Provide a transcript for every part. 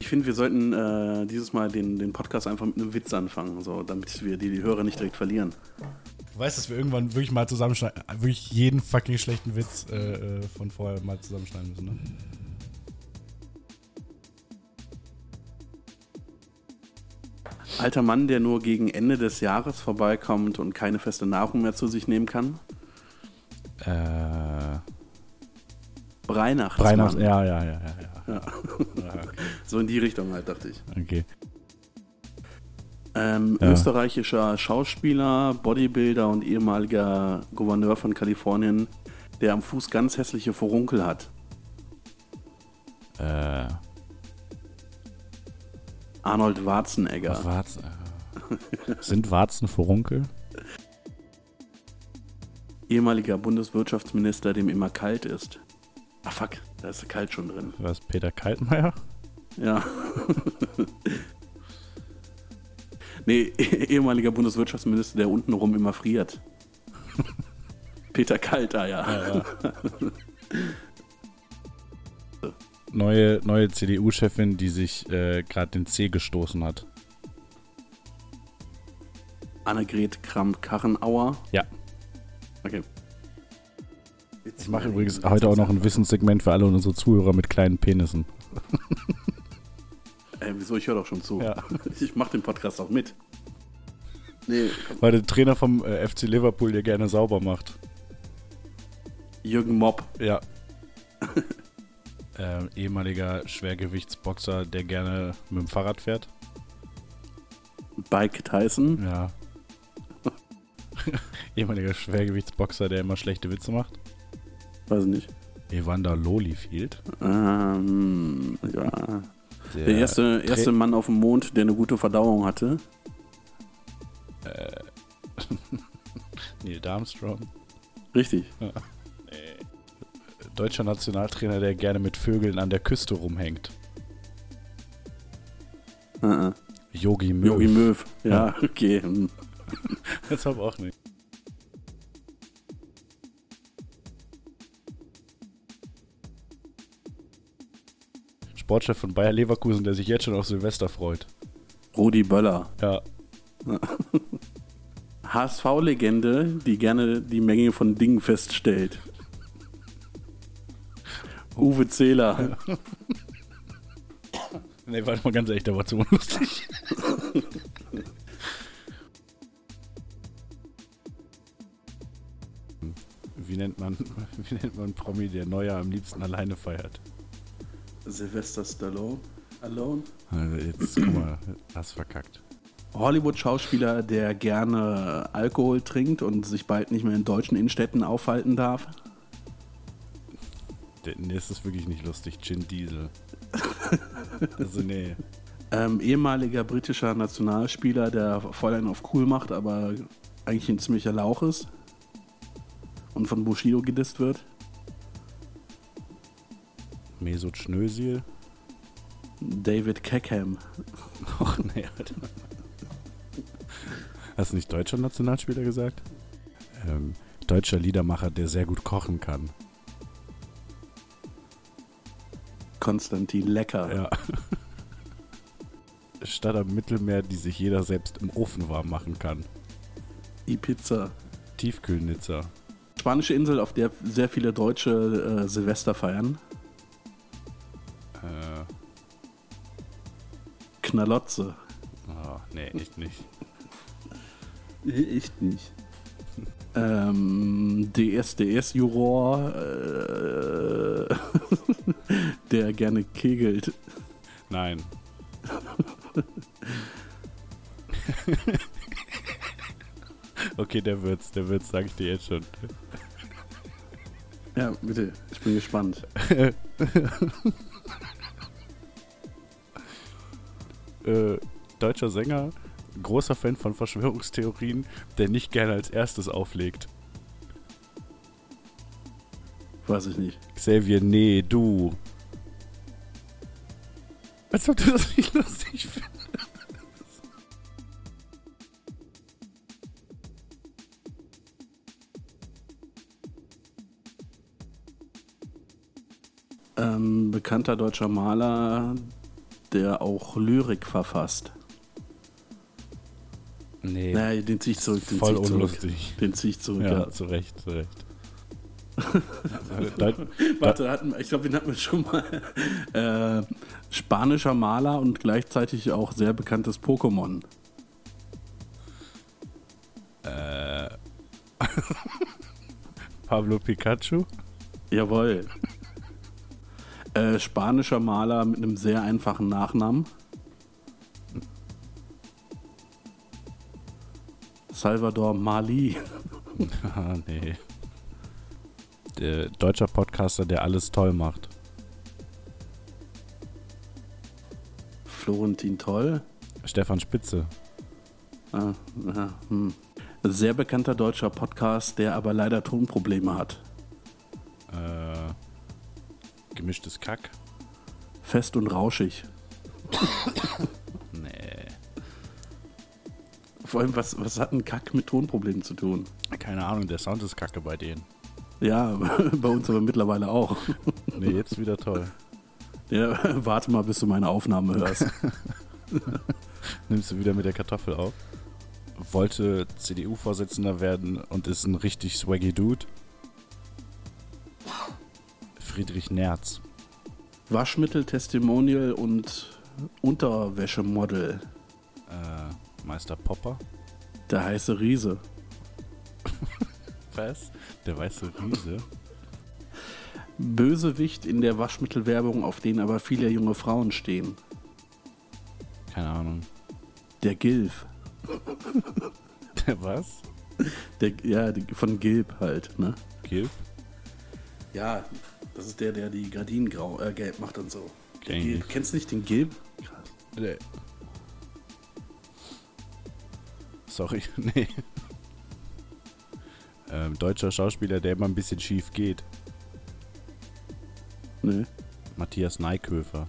Ich finde, wir sollten äh, dieses Mal den, den Podcast einfach mit einem Witz anfangen, so, damit wir die, die Hörer nicht direkt verlieren. Du weißt, dass wir irgendwann wirklich mal zusammenschneiden, wirklich jeden fucking schlechten Witz äh, äh, von vorher mal zusammenschneiden müssen, ne? Alter Mann, der nur gegen Ende des Jahres vorbeikommt und keine feste Nahrung mehr zu sich nehmen kann. Äh. Breinachtsmann. Breinacht, ja, ja, ja, ja, ja. Ja. ja. Ah, So in die Richtung halt, dachte ich. Okay. Ähm, Ja. Österreichischer Schauspieler, Bodybuilder und ehemaliger Gouverneur von Kalifornien, der am Fuß ganz hässliche Furunkel hat. Äh. Arnold Warzenegger. Warzen. Äh, Sind Warzen Furunkel? Ehemaliger Bundeswirtschaftsminister, dem immer kalt ist. Ah, fuck, da ist kalt schon drin. War es Peter Kaltmeier? Ja. nee, eh- ehemaliger Bundeswirtschaftsminister, der untenrum immer friert. Peter Kalter, ja. Neue, neue CDU-Chefin, die sich äh, gerade den C gestoßen hat. Annegret Kramp-Karrenauer. Ja. Okay. Ich mache übrigens heute auch noch ein Wissenssegment für alle unsere Zuhörer mit kleinen Penissen. Ey, wieso? Ich höre doch schon zu. Ja. Ich mache den Podcast auch mit. Nee, komm. Weil der Trainer vom äh, FC Liverpool dir gerne sauber macht. Jürgen Mopp. Ja. ähm, ehemaliger Schwergewichtsboxer, der gerne mit dem Fahrrad fährt. Bike Tyson. Ja. ehemaliger Schwergewichtsboxer, der immer schlechte Witze macht. Weiß nicht. Evander Lolifield. Ähm, ja. Der erste, erste Mann auf dem Mond, der eine gute Verdauung hatte. Neil Darmstrong. Richtig. Deutscher Nationaltrainer, der gerne mit Vögeln an der Küste rumhängt. Äh, äh. Yogi Möw. Yogi Möw. Ja, okay. hm. Das hab auch nicht. Sportchef von Bayer Leverkusen, der sich jetzt schon auf Silvester freut. Rudi Böller. Ja. HSV-Legende, die gerne die Menge von Dingen feststellt. Uwe Zähler. Nee, warte mal ganz ehrlich, der war zu unlustig. Wie nennt, man, wie nennt man einen Promi, der Neujahr am liebsten alleine feiert? Sylvester Stallone. Alone. Also jetzt, guck mal, hast verkackt. Hollywood-Schauspieler, der gerne Alkohol trinkt und sich bald nicht mehr in deutschen Innenstädten aufhalten darf. Der- Nee, es ist wirklich nicht lustig. Gin Diesel. also, nee. Ähm, ehemaliger britischer Nationalspieler, der voll einen auf cool macht, aber eigentlich ein ziemlicher Lauch ist und von Bushido gedisst wird. Mesut Schnösil. David Keckham. Och, nee, Alter. Hast du nicht deutscher Nationalspieler gesagt? Ähm, deutscher Liedermacher, der sehr gut kochen kann. Konstantin Lecker. Ja. Stadt am Mittelmeer, die sich jeder selbst im Ofen warm machen kann. Ibiza. Tiefkühlnitzer. Spanische Insel, auf der sehr viele Deutsche äh, Silvester feiern. Äh, Knallotze. oh, nee, echt nicht. Ich nicht. Ähm, DSDS-Juror, äh, der gerne kegelt. Nein. okay, der wird's, der wird's, sag ich dir jetzt schon. Ja, bitte, ich bin gespannt. Äh, deutscher Sänger, großer Fan von Verschwörungstheorien, der nicht gerne als erstes auflegt. Weiß ich nicht. Xavier, nee, du. Als ob du das nicht lustig findest. Ähm, bekannter deutscher Maler, der auch Lyrik verfasst. Nee. Naja, den zieh ich zurück, den Voll zieh ich zurück. unlustig. Den zieh ich zurück, Ja, ja. zu Recht, zu Recht. Deut Warte, hatten, wir- ich glaube, den hatten wir schon mal. Äh, spanischer Maler und gleichzeitig auch sehr bekanntes Pokémon. Äh. Pablo Pikachu? Jawohl. äh, spanischer Maler mit einem sehr einfachen Nachnamen. Salvador Mali. Ah, nee. Der deutscher Podcaster, der alles toll macht. Florentin Toll. Stefan Spitze. Ah, ah, hm. Sehr bekannter deutscher Podcast, der aber leider Tonprobleme hat. Äh, gemischtes Kack? Fest und rauschig. Nee. Vor allem, was, was hat ein Kack mit Tonproblemen zu tun? Keine Ahnung, der Sound ist kacke bei denen. Ja, bei uns aber mittlerweile auch. Nee, jetzt wieder toll. Ja, warte mal, bis du meine Aufnahme hörst. Nimmst du wieder mit der Kartoffel auf? Wollte CDU-Vorsitzender werden und ist ein richtig swaggy Dude. Friedrich Nerz. Waschmittel, Testimonial und Unterwäschemodel. Äh, Meister Popper. Der heiße Riese. Was? Der weiße Riese. Bösewicht in der Waschmittelwerbung, auf den aber viele junge Frauen stehen. Keine Ahnung. Der Gilf. Der was? Der, ja, die- von Gilb halt, ne? Gilb? Ja, das ist der, der die Gardinen grau, äh, gelb macht und so. Der Kenn ich Gilb. nicht. Kennst du nicht den Gilb? Krass. Nee. Sorry, nee. Ähm, deutscher Schauspieler, der immer ein bisschen schief geht. Nö. Matthias Neiköfer.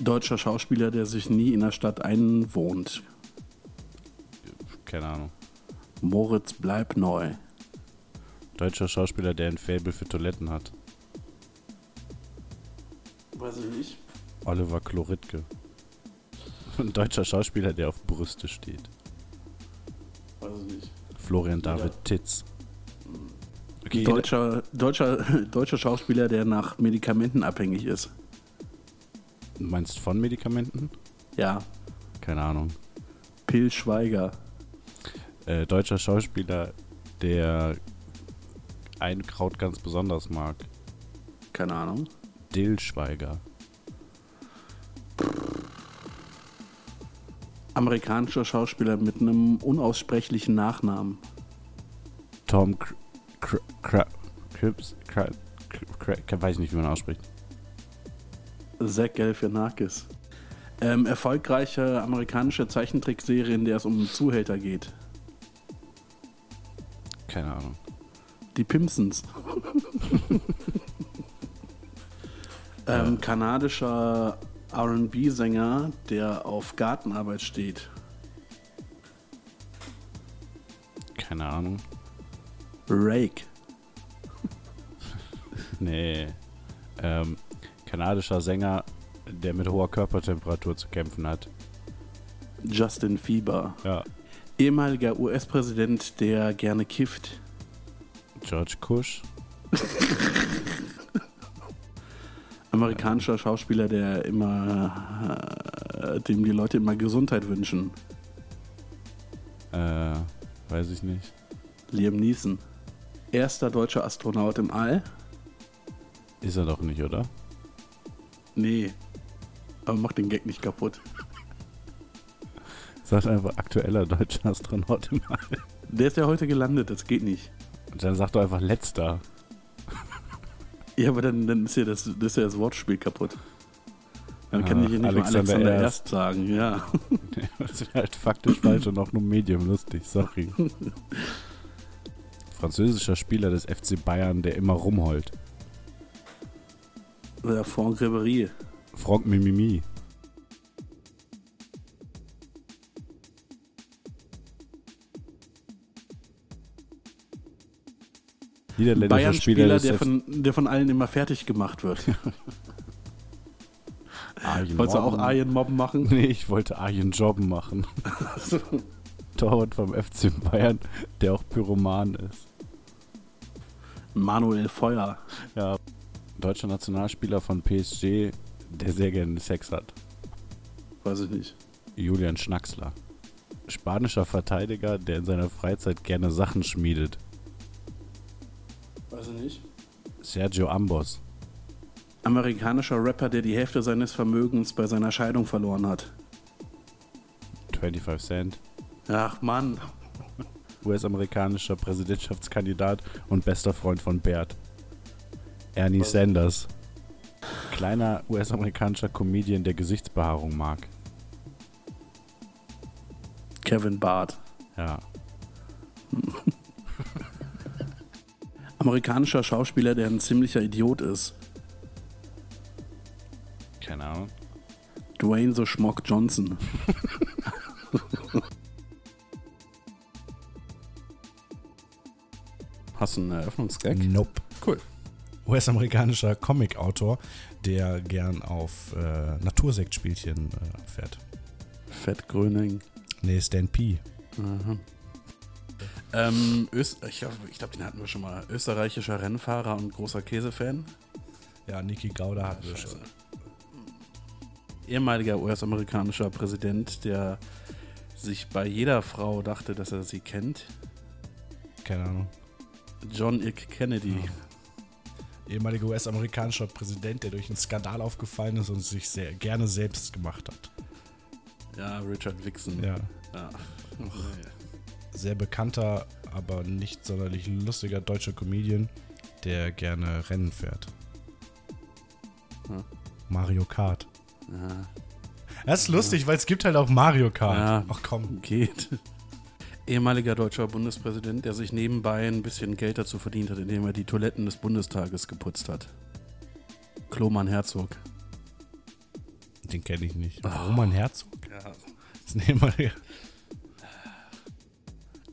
Deutscher Schauspieler, der sich nie in der Stadt einwohnt. Keine Ahnung. Moritz bleibt neu. Deutscher Schauspieler, der ein Faible für Toiletten hat. Weiß ich nicht. Oliver Kloritke. Ein deutscher Schauspieler, der auf Brüste steht. Weiß ich nicht. Florian David Titz. Okay, Deutscher, deutscher, deutscher Schauspieler, der nach Medikamenten abhängig ist. du meinst von Medikamenten? Ja, Keine Ahnung. Pil Schweiger. Äh, deutscher Schauspieler, der ein Kraut ganz besonders mag. Keine Ahnung. Dillschweiger. Amerikanischer Schauspieler mit einem unaussprechlichen Nachnamen. Tom Cr Cr Cr Crips, Cr Cr Cr weiß nicht, wie man ausspricht. Zack Galifianakis. Ähm, erfolgreiche amerikanische Zeichentrickserie, in der es um Zuhälter geht. Keine Ahnung. Die Pimpsons. ähm, kanadischer RB-Sänger, der auf Gartenarbeit steht. Keine Ahnung. Rake. Nee. Ähm, kanadischer Sänger, der mit hoher Körpertemperatur zu kämpfen hat. Justin Bieber. Ja. Ehemaliger US-Präsident, der gerne kifft. George Kush. Amerikanischer Schauspieler, der immer, äh, dem die Leute immer Gesundheit wünschen. Äh, weiß ich nicht. Liam Neeson. Erster deutscher Astronaut im All? Ist er doch nicht, oder? Nee. Aber mach den Gag nicht kaputt. Sagt einfach aktueller deutscher Astronaut im All. Der ist ja heute gelandet, das geht nicht. Und dann sagt doch einfach letzter. Ja, aber dann, dann ist, ja das, das ist ja das Wortspiel kaputt. Dann kann Ah, ich hier nicht Alexander mal Alexander Erst. Erst sagen, ja. Das wäre halt faktisch falsch und auch nur medium lustig, sorry. Französischer Spieler des FC Bayern, der immer rumheult. Der Franck Ribery. Franck Mimimi. Niederländischer Spieler Bayern-Spieler, des der FC von, der von allen immer fertig gemacht wird. Ah, Arjen Wolltest du auch Robben. Arjen Mobben machen? Nee, ich wollte Arjen Jobben machen. Torwart vom FC Bayern, der auch Pyroman ist. Manuel Feuer. Ja. Deutscher Nationalspieler von PSG, der sehr gerne Sex hat. Weiß ich nicht. Julian Schnacksler. Spanischer Verteidiger, der in seiner Freizeit gerne Sachen schmiedet. Weiß ich nicht. Sergio Ambos. Amerikanischer Rapper, der die Hälfte seines Vermögens bei seiner Scheidung verloren hat. 25 Cent. Ach Mann. US-amerikanischer Präsidentschaftskandidat und bester Freund von Bert. Ernie Sanders. Kleiner US-amerikanischer Comedian, der Gesichtsbehaarung mag. Kevin Barth. Ja. Amerikanischer Schauspieler, der ein ziemlicher Idiot ist. Keine Ahnung. Dwayne The Schmock Johnson. Hast du einen Eröffnungsgag? Nope. Cool. US-amerikanischer Comic-Autor, der gern auf äh, Natursektspielchen äh, abfährt. Fettgröning. Nee, Stan P. Ähm, Öst ich glaube, ich glaub, den hatten wir schon mal. Österreichischer Rennfahrer und großer Käsefan. Ja, Niki Gauda hatten wir Scheiße. schon. Ehemaliger US-amerikanischer Präsident, der sich bei jeder Frau dachte, dass er sie kennt. Keine Ahnung. John Ick Kennedy. Ehemaliger US-amerikanischer Präsident, der durch einen Skandal aufgefallen ist und sich sehr gerne selbst gemacht hat. Ja, Richard Nixon. Ja. Ja. Sehr bekannter, aber nicht sonderlich lustiger deutscher Comedian, der gerne Rennen fährt. Hm. Mario Kart. Ja. Das ist lustig, weil es gibt halt auch Mario Kart. Ja. Ach komm. Geht. Ehemaliger deutscher Bundespräsident, der sich nebenbei ein bisschen Geld dazu verdient hat, indem er die Toiletten des Bundestages geputzt hat. Kloman Herzog. Den kenne ich nicht. Roman Herzog? Ja. Das nehmen wir hier.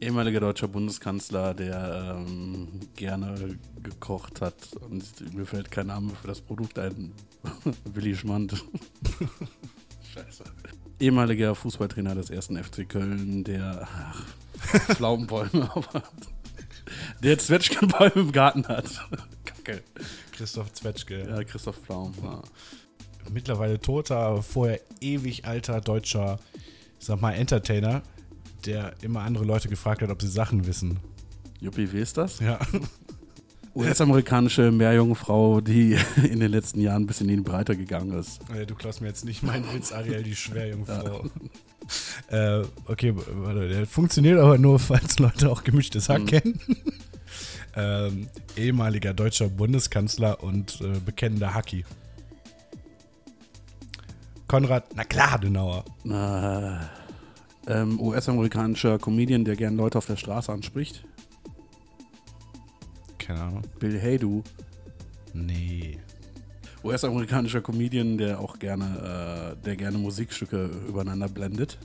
Ehemaliger deutscher Bundeskanzler, der ähm, gerne gekocht hat. Und mir fällt kein Name für das Produkt ein. Willi Schmand. Scheiße. Ehemaliger Fußballtrainer des ersten FC Köln, der ach, Pflaumenbäume, aber der Zwetschgenbäume im Garten hat. Kacke. Christoph Zwetschke. Ja, Christoph Pflaum. Ja. Mittlerweile toter, vorher ewig alter deutscher, ich sag mal, Entertainer, der immer andere Leute gefragt hat, ob sie Sachen wissen. Juppie, wie ist das? Ja. US-amerikanische Meerjungfrau, die in den letzten Jahren ein bisschen in die Breite gegangen ist. Äh, Du klaust mir jetzt nicht meinen Witz, Ariel, die Schwerjungfrau. äh, okay, w- warte, der funktioniert aber nur, falls Leute auch gemischtes Hack kennen. ähm, ehemaliger deutscher Bundeskanzler und äh, bekennender Hacki. Konrad, na klar, Adenauer. Äh, ähm, US-amerikanischer Comedian, der gern Leute auf der Straße anspricht. Keine Ahnung. Bill Haydu. Nee. US-amerikanischer Comedian, der auch gerne, äh, der gerne Musikstücke übereinander blendet.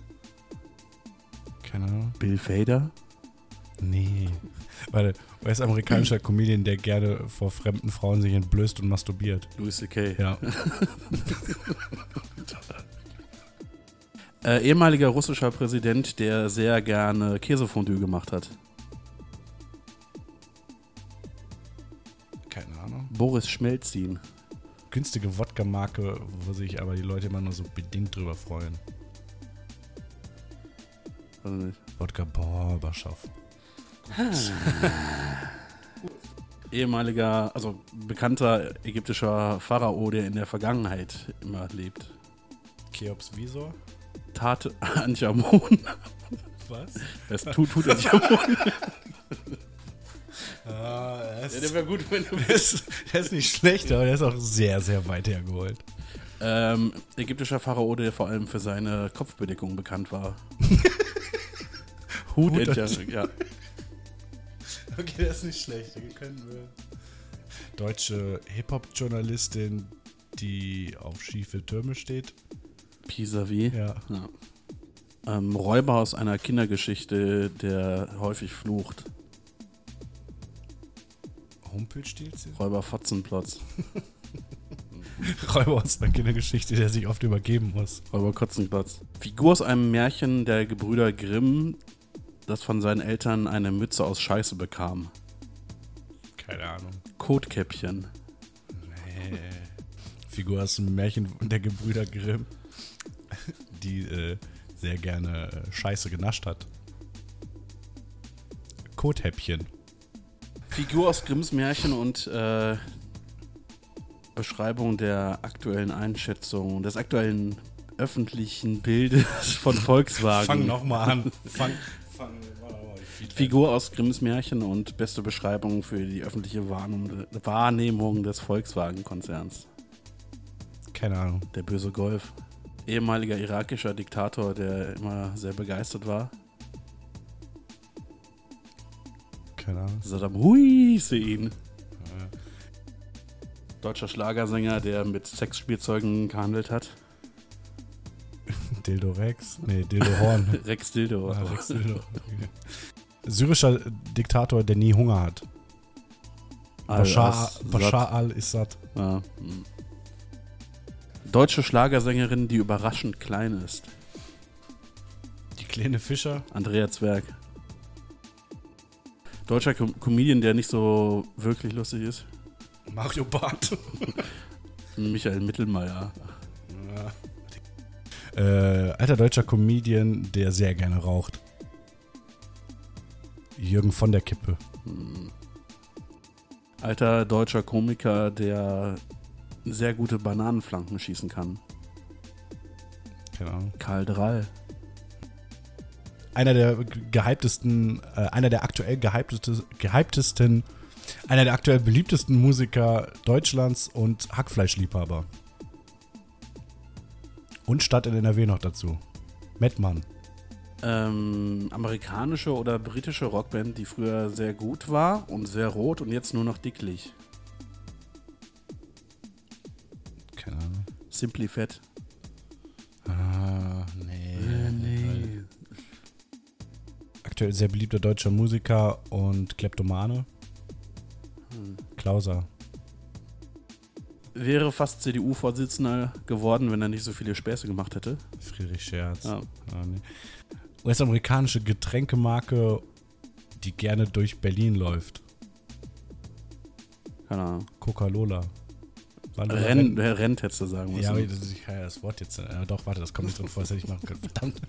Keine Ahnung. Bill Fader. Nee. Warte, US-amerikanischer Comedian, der gerne vor fremden Frauen sich entblößt und masturbiert. Louis C.K. Ja. Äh, ehemaliger russischer Präsident, der sehr gerne Käsefondue gemacht hat. Keine Ahnung. Boris Schmelzin. Günstige Wodka-Marke, wo sich aber die Leute immer nur so bedingt drüber freuen. Also nicht. Wodka Borberschaff. Hm. Ehemaliger, also bekannter ägyptischer Pharao, der in der Vergangenheit immer lebt. Cheops Visor? Tat Anjamon. Was? Das tut, tut Anjamon. Ah, er ist, wäre gut, wenn du der, ist, der ist nicht schlecht, aber der ist auch sehr, sehr weit hergeholt. Ähm, ägyptischer Pharao, der vor allem für seine Kopfbedeckung bekannt war. Hut Hut Entjamon, ja. Okay, der ist nicht schlecht, den können wir. Deutsche Hip-Hop-Journalistin, die auf schiefe Türme steht. Pisavi. Ja. Ja. Ähm, Räuber aus einer Kindergeschichte, der häufig flucht. Humpelstilzchen? Räuber Fotzenplotz. Räuber aus einer Kindergeschichte, der sich oft übergeben muss. Räuber Kotzenklotz. Figur aus einem Märchen der Gebrüder Grimm, das von seinen Eltern eine Mütze aus Scheiße bekam. Keine Ahnung. Kotkäppchen. Nee. Figur aus dem Märchen der Gebrüder Grimm, die äh, sehr gerne äh, Scheiße genascht hat. Kothäppchen. Figur aus Grimms Märchen und äh, Beschreibung der aktuellen Einschätzung, des aktuellen öffentlichen Bildes von Volkswagen. Fang nochmal an. Fang, fang, warte mal, ich- Figur aus Grimms Märchen und beste Beschreibung für die öffentliche Wahrnehmung, Wahrnehmung des Volkswagen-Konzerns. Keine Ahnung. Der böse Golf. Ehemaliger irakischer Diktator, der immer sehr begeistert war. Keine Ahnung. Saddam Hussein. Deutscher Schlagersänger, der mit Sexspielzeugen gehandelt hat. Dildo Rex? Nee, Dildo Horn. Rex Dildo. Ah, Rex Dildo. Okay. Syrischer Diktator, der nie Hunger hat. Bashar, Al-Assad. Bashar al-Assad. Ja. hm. Deutsche Schlagersängerin, die überraschend klein ist. Die kleine Fischer. Andrea Zwerg. Deutscher Com Comedian, der nicht so wirklich lustig ist. Mario Barth. Michael Mittelmeier. Äh, alter deutscher Comedian, der sehr gerne raucht. Jürgen von der Kippe. Hm. Alter deutscher Komiker, der sehr gute Bananenflanken schießen kann. Keine Ahnung. Karl Drall. Einer der gehyptesten, äh, einer der aktuell gehypteste, gehyptesten, einer der aktuell beliebtesten Musiker Deutschlands und Hackfleischliebhaber. Und Stadt in NRW noch dazu. Mettmann. Ähm, amerikanische oder britische Rockband, die früher sehr gut war und sehr rot und jetzt nur noch dicklich. Keine Ahnung. Simply Fett. Ah, nee. Äh, Aktuell sehr beliebter deutscher Musiker und Kleptomane. Hm. Klauser. Wäre fast CDU-Vorsitzender geworden, wenn er nicht so viele Späße gemacht hätte. Friedrich Scherz. Ja. Ah, nee. US-amerikanische Getränkemarke, die gerne durch Berlin läuft. Keine Ahnung. Coca-Cola. Warte, Renn, äh, rennt hättest du sagen Renn- Ja, müssen. aber das, ich kann ja das Wort jetzt. Äh, doch, warte, das kommt nicht drin vor, das hätte ich machen können. Verdammt.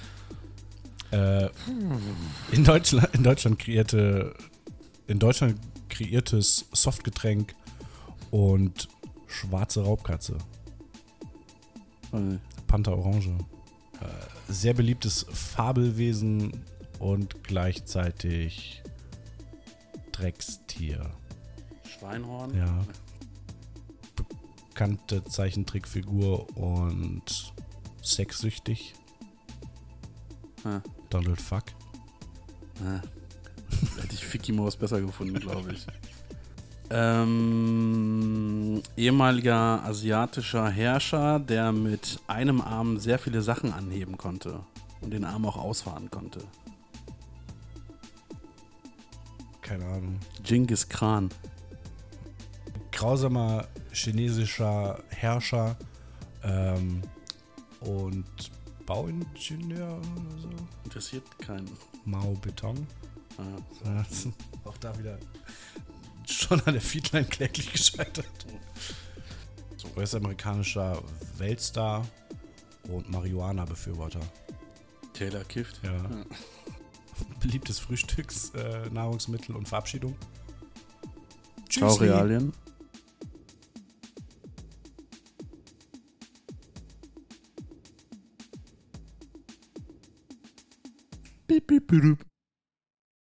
äh, in, Deutschland, in Deutschland kreierte. In Deutschland kreiertes Softgetränk und schwarze Raubkatze. Äh, Panther Orange. Äh, Sehr beliebtes Fabelwesen und gleichzeitig Dreckstier. Schweinhorn. Ja. Bekannte Zeichentrickfigur und sexsüchtig. Ah. Donald Fuck. Ah. Hätte ich Ficky Mouse besser gefunden, glaube ich. ähm, ehemaliger asiatischer Herrscher, der mit einem Arm sehr viele Sachen anheben konnte und den Arm auch ausfahren konnte. Keine Ahnung. Genghis Khan. Grausamer chinesischer Herrscher ähm, und Bauingenieur oder so. Interessiert keinen. Mao Beton. Ah. Auch da wieder schon an der Feedline kläglich gescheitert. So, US-amerikanischer Weltstar und Marihuana-Befürworter. Taylor kifft. Ja. Beliebtes Frühstücks, äh, Nahrungsmittel und Verabschiedung. Ciao, Lee. Realien. Piep, piep, piep.